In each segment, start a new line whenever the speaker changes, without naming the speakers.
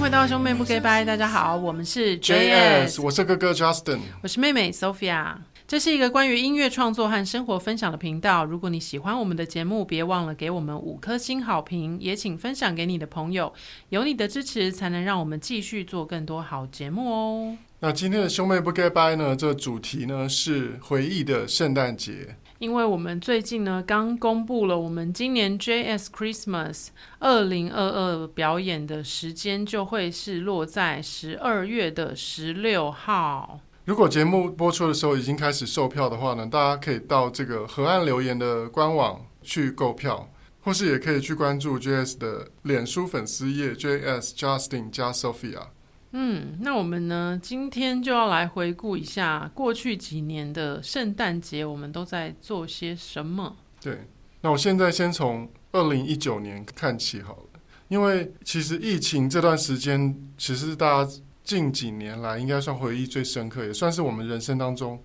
回到兄妹不 g 拜，大家好，我们是
JS，我是哥哥 Justin。
我是妹妹 Sophia。这是一个关于音乐创作和生活分享的频道。如果你喜欢我们的节目，别忘了给我们五颗星好评，也请分享给你的朋友。有你的支持，才能让我们继续做更多好节目哦。
那今天的兄妹不 g 拜呢？这主题呢是回忆的圣诞节。
因为我们最近呢刚公布了我们今年 JS Christmas 二零二二表演的时间，就会是落在十二月的十六号。
如果节目播出的时候已经开始售票的话呢，大家可以到这个河岸留言的官网去购票，或是也可以去关注 JS 的脸书粉丝页 JS Justin 加 Sophia。
嗯，那我们呢今天就要来回顾一下过去几年的圣诞节，我们都在做些什么。
对，那我现在先从二零一九年看起好了，因为其实疫情这段时间，其实大家近几年来应该算回忆最深刻，也算是我们人生当中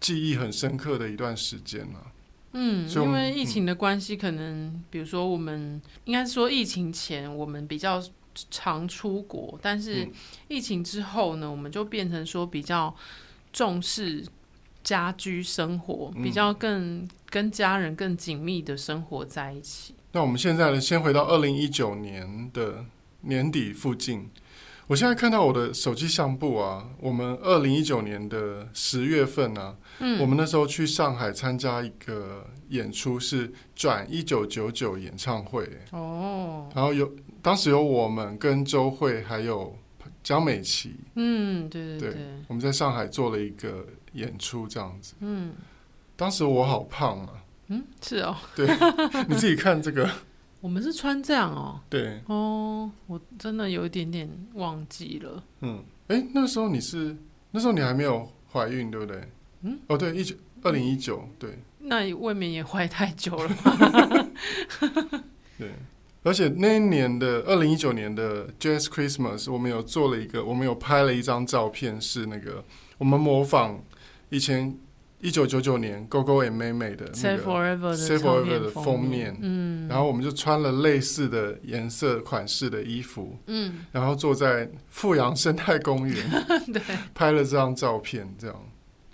记忆很深刻的一段时间了。
嗯，
所以我
因
们
为疫情的关系，可能比如说我们应该说疫情前我们比较常出国，但是
嗯
疫情之后呢，我们就变成说比较重视家居生活，
嗯
比较更跟家人更紧密的生活在一起。
那我们现在呢，先回到二零一九年的年底附近。我现在看到我的手机相簿啊，我们二零一九年的十月份啊，
嗯，
我们那时候去上海参加一个演出，是转一九九九演唱会，
哦，
然后有当时有我们跟周慧还有江美琪，
嗯，对对
对我们在上海做了一个演出，这样子。
嗯
当时我好胖啊，
嗯，是哦，
对你自己看这个，
我们是穿这样哦，
对，
哦，我真的有一点点忘记了。
嗯，哎，那时候你是那时候你还没有怀孕，对不对？
嗯，
哦，对，一九二零一九，对
那未免也怀太久了吧。
对。而且那一年的二零一九年的 Jazz Christmas，我们有做了一个，我们有拍了一张照片，是那个我们模仿以前一九九九年 GoGo 也妹妹的
Say
那个，
Forever 的
Save
唱
Forever 的
片
封
面
面，
嗯，
然后我们就穿了类似的颜色款式的衣服，
嗯，
然后坐在富阳生态公园
对
拍了这张照片，这样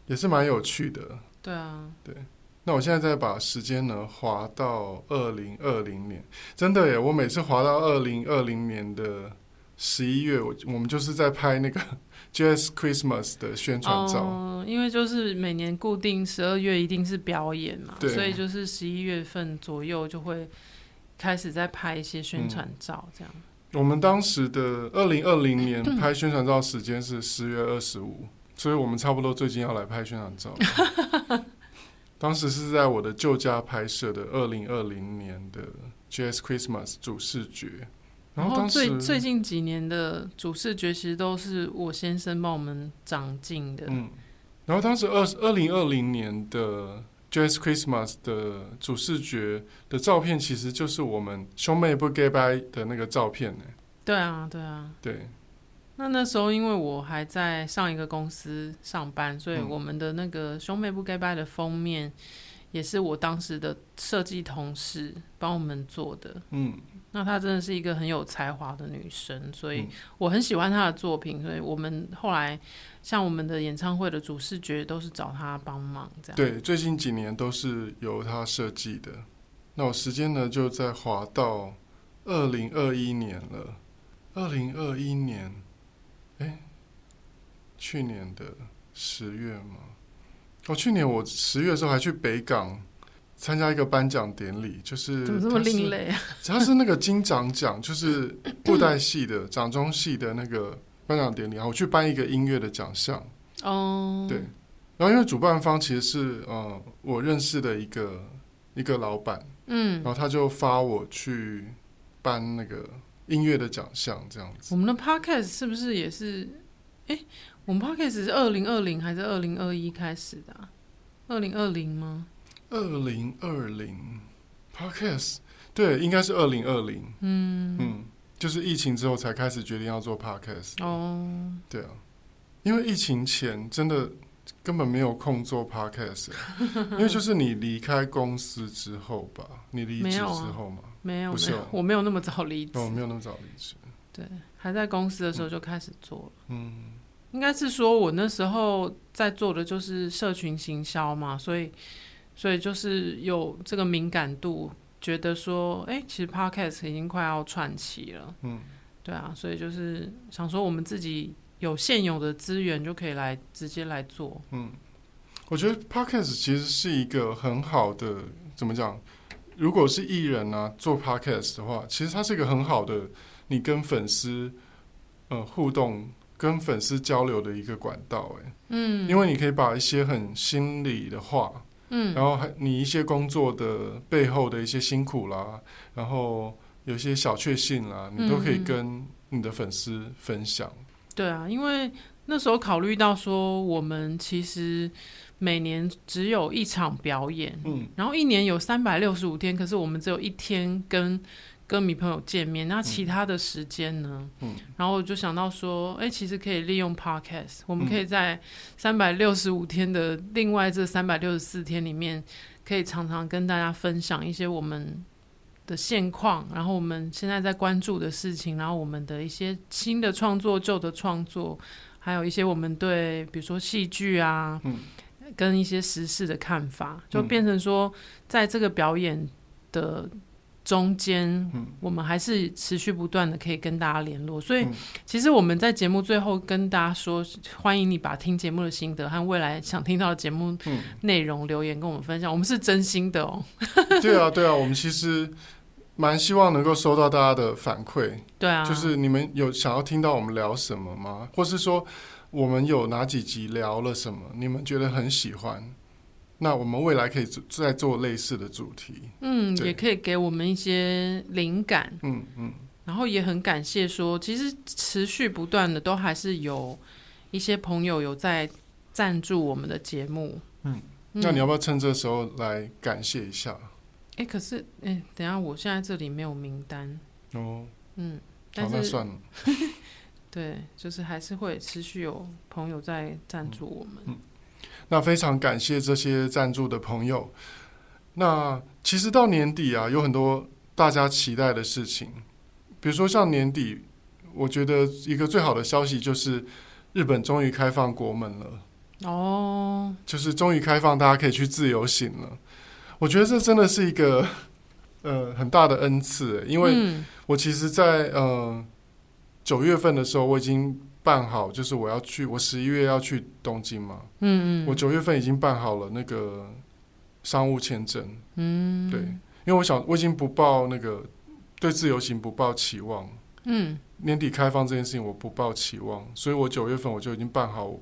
也是蛮有趣的。
对啊，
那我现在再把时间呢滑到二零二零年，真的耶！我每次滑到二零二零年的十一月，我我们就是在拍那个 Jazz Christmas 的宣传照。
嗯，因为就是每年固定十二月一定是表演嘛，
对
所以就是十一月份左右就会开始在拍一些宣传照，这样。
我们当时的二零二零年
嗯
拍宣传照时间是十月二十五，所以我们差不多最近要来拍宣传照。 当时是在我的旧家拍摄的二零二零年的 Jazz Christmas 主视觉，然后
后
当时
哦最最近几年的主视觉其实都是我先生帮我们长进的，
嗯，然后当时二二零二零年的 Jazz Christmas 的主视觉的照片，其实就是我们兄妹不 gay bye 的那个照片呢。
对啊，对啊。
对，
那那时候因为我还在上一个公司上班，所以
嗯
我们的那个兄妹不该拜的封面也是我当时的设计同事帮我们做的。
嗯，
那她真的是一个很有才华的女生，所以
嗯
我很喜欢她的作品。所以我们后来像我们的演唱会的主视觉都是找她帮忙这样。
对，最近几年都是由他设计的。那我时间呢，就在滑到二零二一年了。二零二一年，哎，去年的十月吗？哦，去年我十月的时候还去北港参加一个颁奖典礼，就是
怎么这么
它是
另类啊？
他是那个金长奖，就是布袋戏的掌中戏的那个颁奖典礼，然后我去颁一个音乐的奖项。
哦，
对，然后因为主办方其实是呃我认识的一个一个老板，
嗯
然，后他就发我去颁那个音乐的奖项这样子。
我们的 podcast 是不是也是？哎、我们 podcast 是二零二零还是二零二一开始的、啊？二零二零吗？
二零二零 podcast 对，应该是二零二零，
嗯，
嗯，就是疫情之后才开始决定要做 podcast。
哦，
对啊，因为疫情前真的根本没有空做 podcast，欸、因 为就是你离开公司之后吧，你离职
没
之
有啊
后嘛，
没有
不
没
是
有
哦，
我没有那么早离职
那。我没有那么早离职。
对，还在公司的时候就开始做了。
嗯
应该是说我那时候在做的就是社群行销嘛，所以所以就是有这个敏感度，觉得说，哎、其实 podcast 已经快要串起了，
嗯
对啊，所以就是想说我们自己有现有的资源就可以来直接来做，
嗯，我觉得 podcast 其实是一个很好的，怎么讲？如果是艺人啊做 podcast 的话，其实它是一个很好的你跟粉丝呃互动、跟粉丝交流的一个管道、欸。
嗯，
因为你可以把一些很心里的话，
嗯
然后还你一些工作的背后的一些辛苦啦，然后有些小确幸啦，你都可以
嗯
跟你的粉丝分享。
对啊，因为那时候考虑到说我们其实每年只有一场表演，
嗯
然后一年有三百六十五天，可是我们只有一天跟歌迷朋友见面，那其他的时间呢？
嗯
然后我就想到说，哎，其实可以利用 podcast，我们
嗯
可以在三百六十五天的另外这三百六十四天里面，可以常常跟大家分享一些我们的现况，然后我们现在在关注的事情，然后我们的一些新的创作、旧的创作，还有一些我们对比如说戏剧啊，
嗯
跟一些时事的看法，就
嗯
变成说，在这个表演的中间，
嗯
我们还是持续不断的可以跟大家联络。所以
嗯，
其实我们在节目最后跟大家说，欢迎你把听节目的心得和未来想听到的节目
嗯，
内容留言跟我们分享，我们是真心的哦。
对啊对啊，我们其实蛮希望能够收到大家的反馈，
对啊，
就是你们有想要听到我们聊什么吗？或是说我们有哪几集聊了什么，你们觉得很喜欢？那我们未来可以做再做类似的主题。
嗯，
对
也可以给我们一些灵感。
嗯嗯
然后也很感谢说，其实持续不断的都还是有一些朋友有在赞助我们的节目。
嗯
嗯，
那你要不要趁这时候来感谢一下？
哎、可是哎、诶等一下我现在这里没有名单，
哦，
嗯，
好
但，
那
是
算了。
对，就是还是会持续有朋友在赞助我们。
那非常感谢这些赞助的朋友。那其实到年底啊，有很多大家期待的事情，比如说像年底，我觉得一个最好的消息就是日本终于开放国门了，
哦，
就是终于开放，大家可以去自由行了。我觉得这真的是一个呃很大的恩赐，欸因为
嗯
我其实在，呃九月份的时候，我已经办好，就是我要去，我十一月要去东京嘛，
嗯嗯，
我九月份已经办好了那个商务签证，
嗯
对，因为我想我已经不抱那个对自由行不抱期望，
嗯
年底开放这件事情我不抱期望，所以我九月份我就已经办好，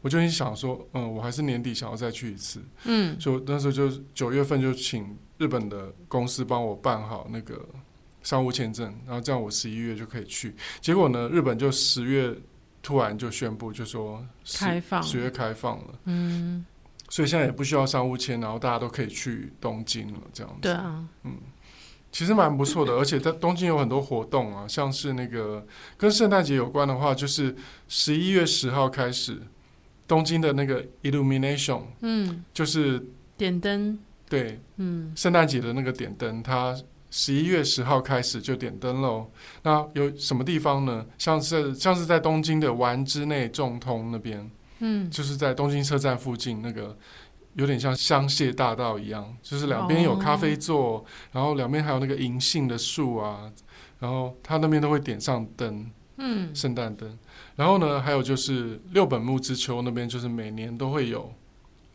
我就已经想说，嗯，我还是年底想要再去一次，
嗯
所以我那时候就九月份就请日本的公司帮我办好那个商务签证，然后这样我十一月就可以去。结果呢，日本就十月突然就宣布，就说十
开放，
十月开放了。
嗯，
所以现在也不需要商务签，然后大家都可以去东京了，这样子。
对，啊，
其实蛮不错的，而且在东京有很多活动啊，像是那个跟圣诞节有关的话，就是十一月十号开始，东京的那个 Illumination，
嗯，
就是
点灯，
对
嗯
圣诞节的那个点灯，它十一月十号开始就点灯喽。那有什么地方呢？像是像是在东京的丸之内众通那边，
嗯，
就是在东京车站附近那个有点像香榭大道一样，就是两边有咖啡座，然后两边还有那个银杏的树啊，然后它那边都会点上灯，
嗯
圣诞灯。然后呢，还有就是六本木之丘那边，就是每年都会有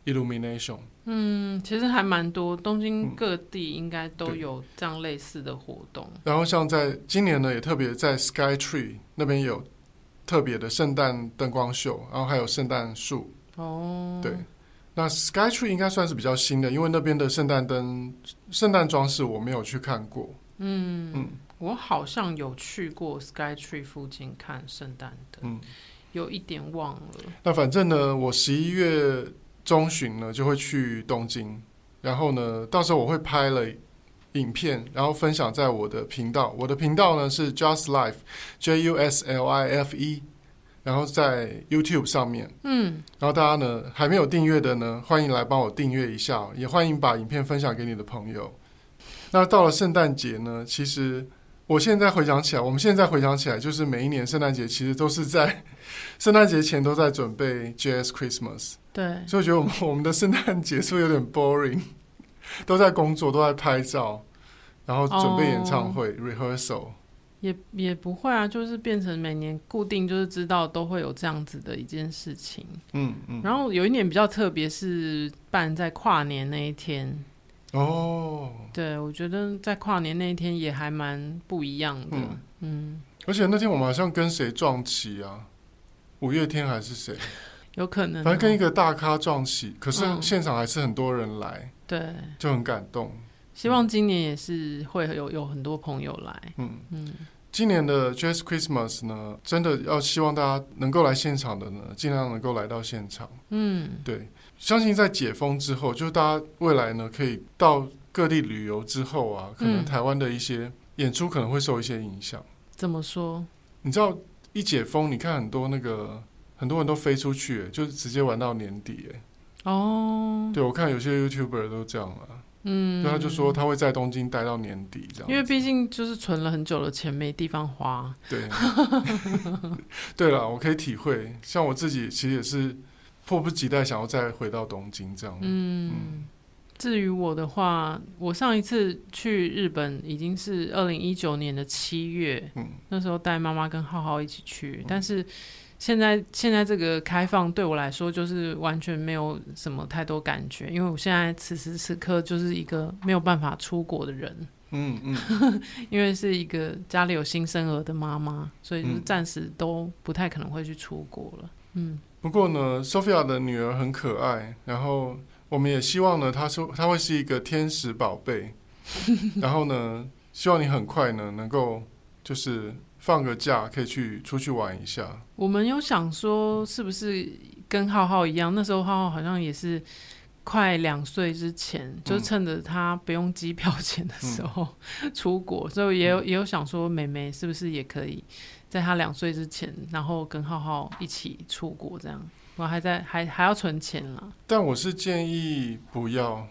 illumination。
嗯，其实还蛮多，东京
嗯
各地应该都
对
有这样类似的活动。
然后像在今年呢，也特别在 Sky Tree 那边有特别的圣诞灯光秀，然后还有圣诞树。
哦，
对，那 Sky Tree 应该算是比较新的，因为那边的圣诞灯、圣诞装饰我没有去看过。
嗯
嗯
我好像有去过 Sky Tree 附近看圣诞灯，
嗯，
有一点忘了。
那反正呢，我十一月中旬呢就会去东京，然后呢，到时候我会拍了影片，然后分享在我的频道。我的频道呢是 Just Life J U S L I F E，然后在 YouTube 上面。
嗯，
然后大家呢还没有订阅的呢，欢迎来帮我订阅一下，也欢迎把影片分享给你的朋友。那到了圣诞节呢，其实我现在回想起来，我们现在回想起来，就是每一年圣诞节其实都是在 圣诞节前都在准备 JS Christmas，
对，
所以我觉得我们我们的圣诞节是不是有点 boring，都在工作，都在拍照，然后准备演唱会、rehearsal。
也也不会啊，就是变成每年固定，就是知道都会有这样子的一件事情。
嗯嗯。
然后有一年比较特别，是办在跨年那一天。
哦，
对，我觉得在跨年那一天也还蛮不一样的。
嗯
嗯，
而且那天我们好像跟谁撞齐啊？五月天还是谁？
有可能哦、
反正跟一个大咖撞齐，可是
嗯
现场还是很多人来，
对，
就很感动。
希望今年也是会有有很多朋友来。
嗯，
嗯，
今年的 Jazz Christmas 呢，真的要希望大家能够来现场的呢，尽量能够来到现场。
嗯，
对，相信在解封之后，就是大家未来呢，可以到各地旅游之后啊，可能
嗯
台湾的一些演出可能会受一些影响。
怎么说？
你知道，一解封，你看很多那个很多人都飞出去，就是直接玩到年底。哎，
哦，
对我看有些 YouTuber 都这样啊，
嗯，
对，他就说他会在东京待到年底这样子。
因为毕竟就是存了很久的钱没地方花，
对，对 了，我可以体会。像我自己，其实也是迫不及待想要再回到东京这样。
嗯。至于我的话，我上一次去日本已经是二零一九年的七月，
嗯
那时候带妈妈跟浩浩一起去，但是现在现在这个开放对我来说就是完全没有什么太多感觉，因为我现在此时此刻就是一个没有办法出国的人，
嗯嗯，
因为是一个家里有新生儿的妈妈，所以就是
嗯
暂时都不太可能会去出国了。嗯，
不过呢，Sophia 的女儿很可爱，然后我们也希望呢，她说她会是一个天使宝 贝。然后呢，希望你很快呢能够就是放个假，可以去出去玩一下。
我们有想说，是不是跟浩浩一样？那时候浩浩好像也是快两岁之前，就趁着他不用机票钱的时候
嗯
出国，所以也有也有想说，妹妹是不是也可以在他两岁之前，然后跟浩浩一起出国这样？我还在还还要存钱啦，
但我是建议不 要，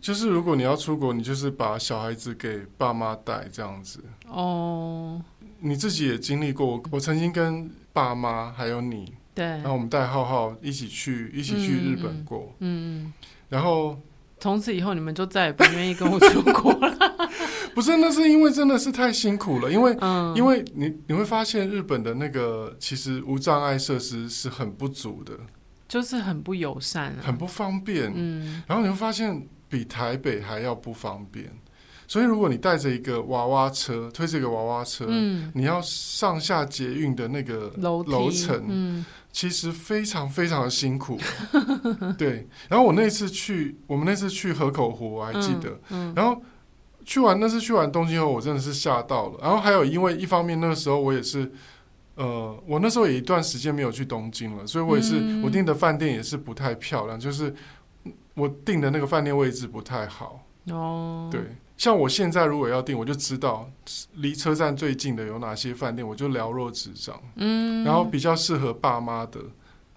就是如果你要出国，你就是把小孩子给爸妈带这样子。
哦，
你自己也经历过，我曾经跟爸妈还有你，
对
然，后我们带浩浩一起去一起去日本过，
嗯，
然后
从此以后你们就再也不愿意跟我出国 了，
不是那是因为真的是太辛苦了，因为、
嗯，
因为你你会发现日本的那个其实无障碍设施是很不足的，
就是很不友善啊，
很不方便，
嗯，
然后你会发现比台北还要不方便，所以如果你带着一个娃娃车推着一个娃娃车，
嗯，
你要上下捷运的那个
楼梯
楼层，
嗯
其实非常非常的辛苦，对。然后我那次去，我们那次去河口湖，我还记得。
嗯
然后去完那次去完东京后，我真的是吓到了。然后还有，因为一方面那个时候我也是，呃，我那时候也一段时间没有去东京了，所以我也是、
嗯
我订的饭店也是不太漂亮，就是我订的那个饭店位置不太好。
哦，
对，，像我现在如果要订，我就知道离车站最近的有哪些饭店，我就了若指掌。
嗯，
然后比较适合爸妈的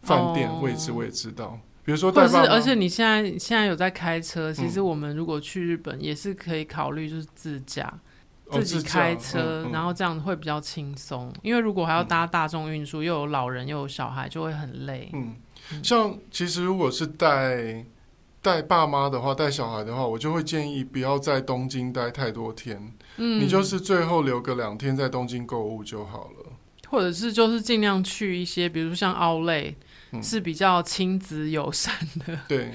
饭店
哦
位置我也知道，比如说
或
带
者是，
爸妈，嗯
而且你现在现在有在开车，其实我们如果去日本也是可以考虑，就是自驾、
哦
己开
自
车，
驾嗯嗯嗯
然后这样会比较轻松。因为如果还要搭大众运输，又有老人又有小孩，就会很累。
嗯，
嗯
像其实如果是带带爸妈的话，带小孩的话，我就会建议不要在东京待太多天，
嗯，
你就是最后留个两天在东京购物就好了。
或者是就是尽量去一些，比如像奥类。
嗯
是比较亲子友善 的，
对，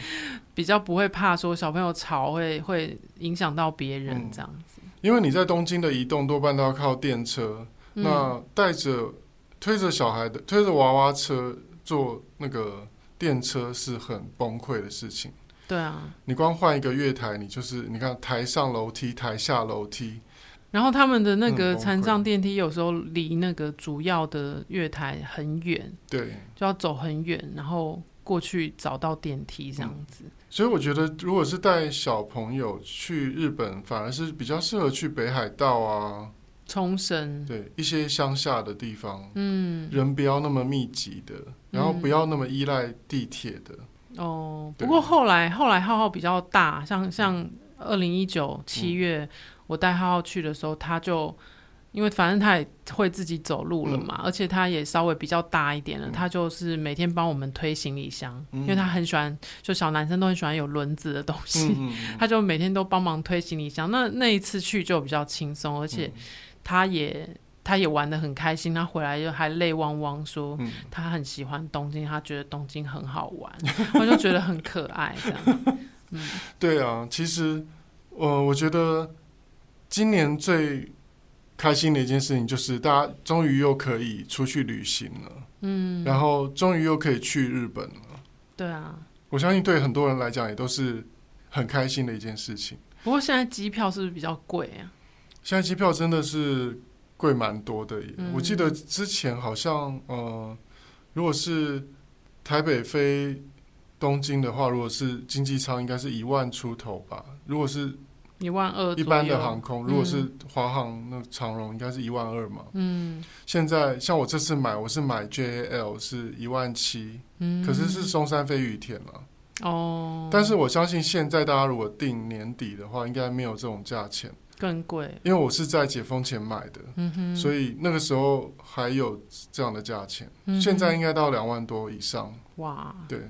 比较不会怕说小朋友吵会会影响到别人
嗯
这样子。
因为你在东京的移动多半都要靠电车，
嗯
那带着推着小孩的推着娃娃车坐那个电车是很崩溃的事情。
对啊，
你光换一个月台，你就是你看台上楼梯，台下楼梯，
然后他们的那
很
个
崩
残
溃
障电梯有时候离那个主要的月台很远，
对。
就要走很远，然后过去找到电梯这样子。
所以我觉得，如果是带小朋友去日本，反而是比较适合去北海道啊，
冲绳，
对一些乡下的地方，
嗯，
人不要那么密集的，然后
嗯
不要那么依赖地铁的。
哦，
嗯对
不过后来后来浩浩比较大，像像二零一九七月。我带浩浩去的时候，他就因为反正他也会自己走路了
嗯
嘛，而且他也稍微比较大一点了，他就是每天帮我们推行李箱，
嗯
因为他很喜欢，就小男生都很喜欢有轮子的东西，
嗯嗯
他就每天都帮忙推行李箱。那那一次去就比较轻松，而
嗯
且他也、他也玩的很开心，他回来就还泪汪汪说
嗯
他很喜欢东京，他觉得东京很好玩， 我就觉得很可爱这样。
对啊，其实呃，我觉得今年最开心的一件事情就是大家终于又可以出去旅行了，嗯，然后终于又可以去日本了。
对啊，
我相信对很多人来讲也都是很开心的一件事情。
不过现在机票是不是比较贵啊？
现在机票真的是贵蛮多的耶，
嗯
我记得之前好像呃，如果是台北飞东京的话，如果是经济舱应该是一万出头吧，如果是
一万二
一般的航空，
嗯
如果是华航那长荣应该是一万二嘛。
嗯
现在像我这次买，我是买 JAL 是一万七，
嗯，
可是是松山飞羽田了。
哦，
但是我相信现在大家如果订年底的话，应该没有这种价钱，
更贵。
因为我是在解封前买的，
嗯哼，
所以那个时候还有这样的价钱。
以
现在应该到两万多以上，
嗯哇，
对。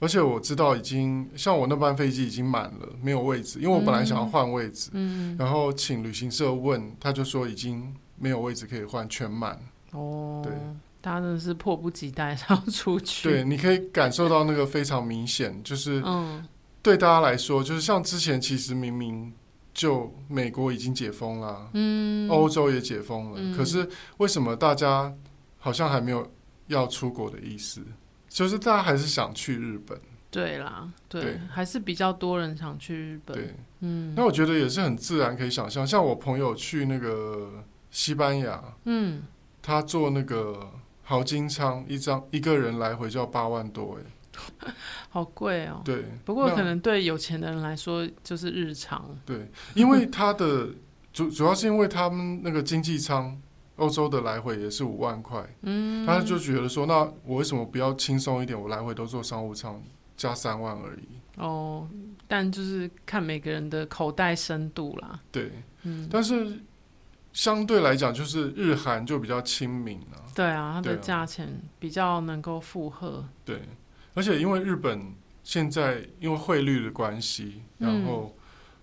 而且我知道已经像我那班飞机已经满了，没有位置，因为我本来想要换位置，
嗯
然后请旅行社问，他就说已经没有位置可以换，全满。
哦，
对，
大家真的是迫不及待想 要出去。
对，，你可以感受到那个非常明显，就是
嗯
对大家来说，就是像之前其实明明就美国已经解封啦，
嗯，
欧洲也解封了，
嗯
可是为什么大家好像还没有要出国的意思？就是大家还是想去日本，
对啦，对，
对
还是比较多人想去日本。
对。
嗯
那我觉得也是很自然，可以想象，像我朋友去那个西班牙，
嗯，
他坐那个豪金舱，一张一个人来回就要八万多，哎，
好贵哦。
对。
不过
那
可能对有钱的人来说就是日常。
对，因为他的主主要是因为他们那个经济舱，欧洲的来回也是五万块，
嗯，
他就觉得说，那我为什么不要轻松一点？我来回都坐商务舱，加三万而已。
哦，但就是看每个人的口袋深度啦。
对，
嗯，
但是相对来讲，就是日韩就比较亲民了、啊。
对啊，它的
对啊
价钱比较能够负荷。
对，而且因为日本现在因为汇率的关系，然后、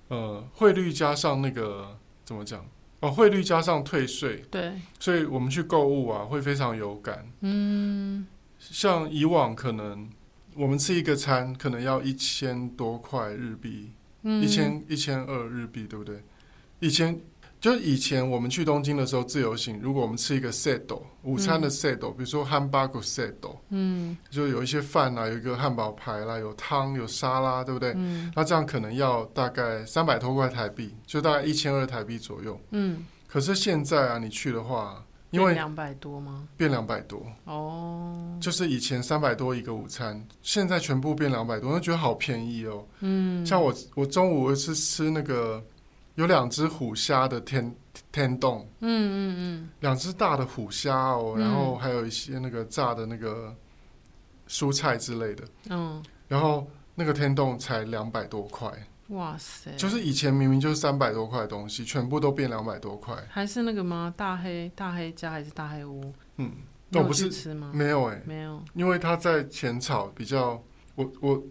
嗯
呃，汇率加上那个怎么讲？哦，汇率加上退税，
对，
所以我们去购物啊会非常有感。
嗯，
像以往可能我们吃一个餐可能要一千多块日币，
嗯
一千一千二日币，对不对？以前就以前我们去东京的时候自由行，如果我们吃一个 set 午餐的 set，、比如说汉堡 set，
嗯
就有一些饭啊，有一个汉堡排啦，有汤有沙拉，对不对？
嗯
那这样可能要大概三百多块台币，就大概一千二台币左右。
嗯，
可是现在啊，你去的话，因为
两百多吗？
变两百多，
哦，
就是以前三百多一个午餐，现在全部变两百多，我就觉得好便宜哦。
嗯，
像我，我中午我是吃那个有两只虎虾的天天冻，
嗯嗯
两只大的虎虾哦，
嗯
然后还有一些那个炸的那个蔬菜之类的，
嗯
然后那个天冻才两百多块，
嗯，哇塞，
就是以前明明就是三百多块的东西，全部都变两百多块。
还是那个吗？大黑大黑家还是大黑屋？
嗯，
你有
我不
去
是
吃吗？
没有哎、
没有，
因为它在浅草比较，我我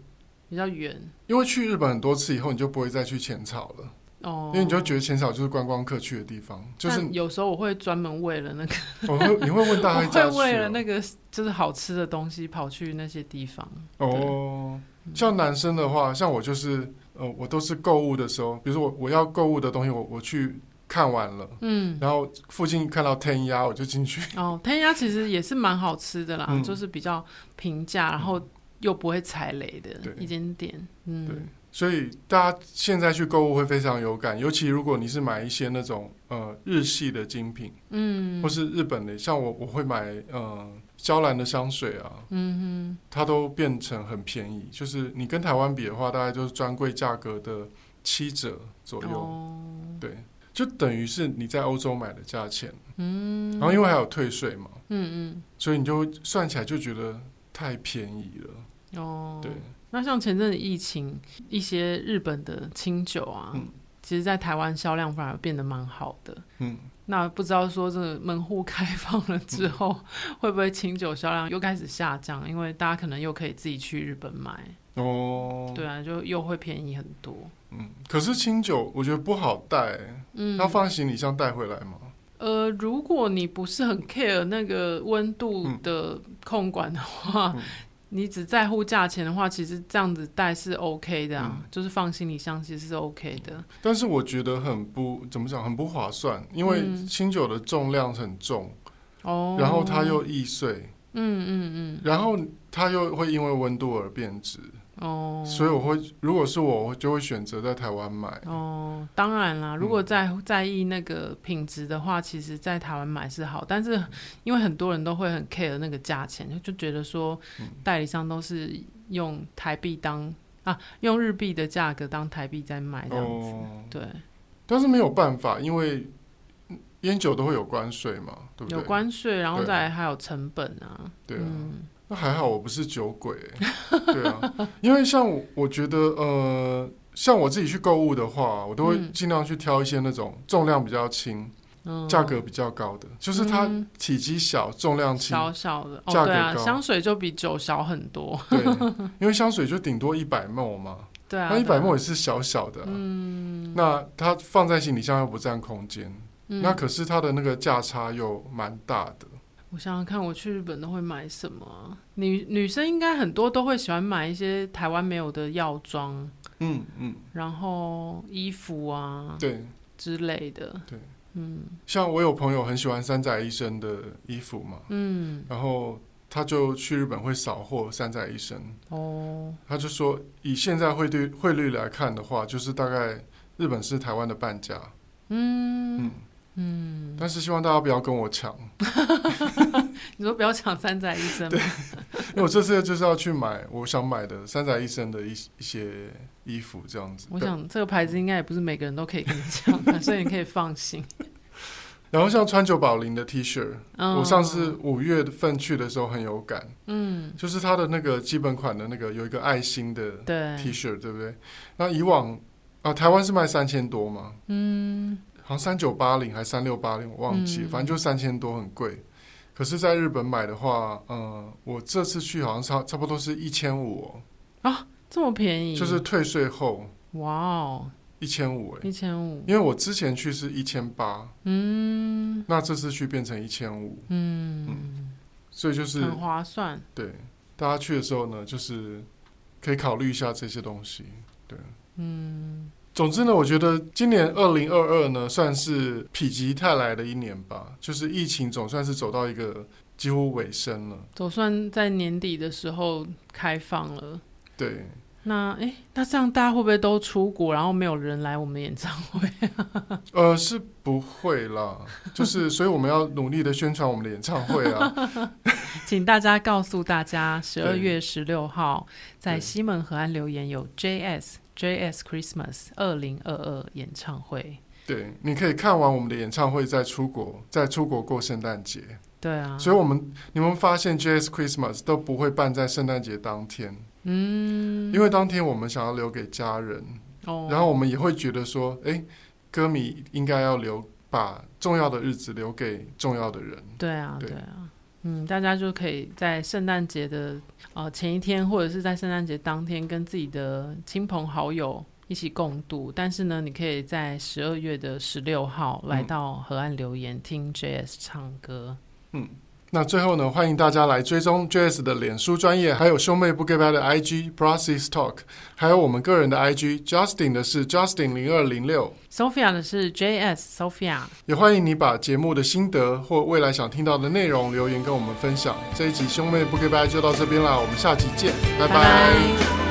比较远
因为去日本很多次以后，你就不会再去浅草了。
哦。
因为你就觉得浅草就是观光客去的地方，就是
但有时候我会专门为了那个，
我会你会问大
我
黑家
会
去
为了那
哦
个就是好吃的东西跑去那些地方。
哦。像男生的话，像我就是呃，我都是购物的时候，比如说我我要购物的东西，我我去看完了，
嗯，
然后附近看到天鸭，我就进去。
哦，天鸭其实也是蛮好吃的啦，
嗯
就是比较平价，然后又不会踩雷的
对
一间店。
对
嗯，，
所以大家现在去购物会非常有感，尤其如果你是买一些那种呃日系的精品，
嗯
或是日本的，像我我会买呃娇兰的香水啊，
嗯
它都变成很便宜，就是你跟台湾比的话，大概就是专柜价格的七折左
哼，
右，
哦，
对，就等于是你在欧洲买的价钱。
嗯，
然后因为还有退税嘛，
嗯
所以你就会算起来就觉得太便宜了。
嗯，哦，
对，
那像前阵子疫情，一些日本的清酒啊，
嗯
其实在台湾销量反而变得蛮好的。
嗯，
那不知道说这个门户开放了之后， 会不会清酒销量又开始下降？因为大家可能又可以自己去日本买，
哦，
对啊，就又会便宜很多。
嗯，可是清酒我觉得不好带、
嗯，
它放在行李箱带回来吗？
呃，如果你不是很 care 那个温度的控管的话，
嗯
你只在乎价钱的话，其实这样子带是 OK 的啊，
嗯
就是放行李箱其实是 OK 的。
但是我觉得很不怎么讲，很不划算，因为
嗯
清酒的重量很重，
哦，
然后它又易碎，
嗯嗯
然后它又会因为温度而变质，
嗯，哦，
所以我会，如果是我，我就会选择在台湾买。
哦，当然
嗯
啦，如果在在意那个品质的话，其实在台湾买是好，但是因为很多人都会很 care 那个价钱，就就觉得说
嗯
代理商都是用台币当啊，用日币的价格当台币在卖这样子，
哦，
对，
但是没有办法，因为烟酒都会有关税嘛，对不对？
有关税，然后
对
再来还有成本啊，
对啊。
嗯
那还好我不是酒鬼、欸，对啊，因为像我我觉得呃，像我自己去购物的话，我都会
嗯
尽量去挑一些那种重量比较轻、
嗯，
价格比较高的，就是它
嗯
体积小、重量轻。
小小的，
价
哦，
格
对啊，
高
香水就比酒小很多，
对，因为香水就顶多一百 ml 嘛，
对啊，
那一
对
百
啊
ml 也是小小的啊、
嗯，
那它放在行李箱又不占空间，
嗯
那可是它的那个价差又蛮大的。
我想想看，我去日本都会买什么啊、女女生应该很多都会喜欢买一些台湾没有的药妆，
嗯嗯，
然后衣服啊
对，
之类的。
对，
嗯
像我有朋友很喜欢山宅医生的衣服嘛，
嗯
然后他就去日本会扫货山寨医生，
哦
他就说以现在汇率汇率来看的话，就是大概日本是台湾的半价，
嗯
嗯，
嗯，
但是希望大家不要跟我抢，
你说不要抢三仔医 生吗？
因为我这次就是要去买我想买的山宅医生的一一些衣服这样子。
我想这个牌子应该也不是每个人都可以跟你抢的， 所以你可以放心。
然后像川久保玲的 T 恤，
嗯
我上次五月份去的时候很有感，
嗯
就是它的那个基本款的那个有一个爱心的
对
T 恤，对不对？那以往啊，台湾是卖三千多嘛，
嗯
好像三九八零还三六八零，我忘记，
嗯
反正就三千多，很贵。可是，在日本买的话，呃，我这次去好像差差不多是一千五，哦
这么便宜，
就是退税后
哇哦
一千五，哎，
一千五
因为我之前去是一千八，
嗯
那这次去变成一千五，
嗯
所以就是
很划算。
对大家去的时候呢，就是可以考虑一下这些东西。
嗯
总之呢，我觉得今年二零二二呢，算是否极泰来的一年吧，就是疫情总算是走到一个几乎尾声了。，
总算在年底的时候开放了。
对，
那诶，那这样大家会不会都出国，然后没有人来我们演唱会？
呃，是不会啦， 就是所以我们要努力的宣传我们的演唱会啊。
请大家告诉大家，十二
对
月十六号在
对
西门河岸留言有 JS JS Christmas 二零二二演唱会。
对，你可以看完我们的演唱会再出国，再出国过圣诞节。
对啊，
所以我们你们发现 JS Christmas 都不会办在圣诞节当天，
嗯，
因为当天我们想要留给家人，
哦，
然后我们也会觉得说，哎，歌迷应该要留把重要的日子留给重要的人。
对啊，
对
对啊，嗯，大家就可以在圣诞节的呃前一天，或者是在圣诞节当天，跟自己的亲朋好友一起共度。但是呢，你可以在十二月的十六号来
嗯
到河岸留言、听 JS 唱歌。
那最后呢，欢迎大家来追踪 JS 的脸书专业，还有兄妹不 g 拜的 IG Process Talk，还有我们个人的 IG Justin 的是 Justin 零二零六。
Sophia 的是 JS Sophia，
也欢迎你把节目的心得或未来想听到的内容留言跟我们分享。这一集兄妹不 g 拜就到这边啦，我们下集见，拜拜
拜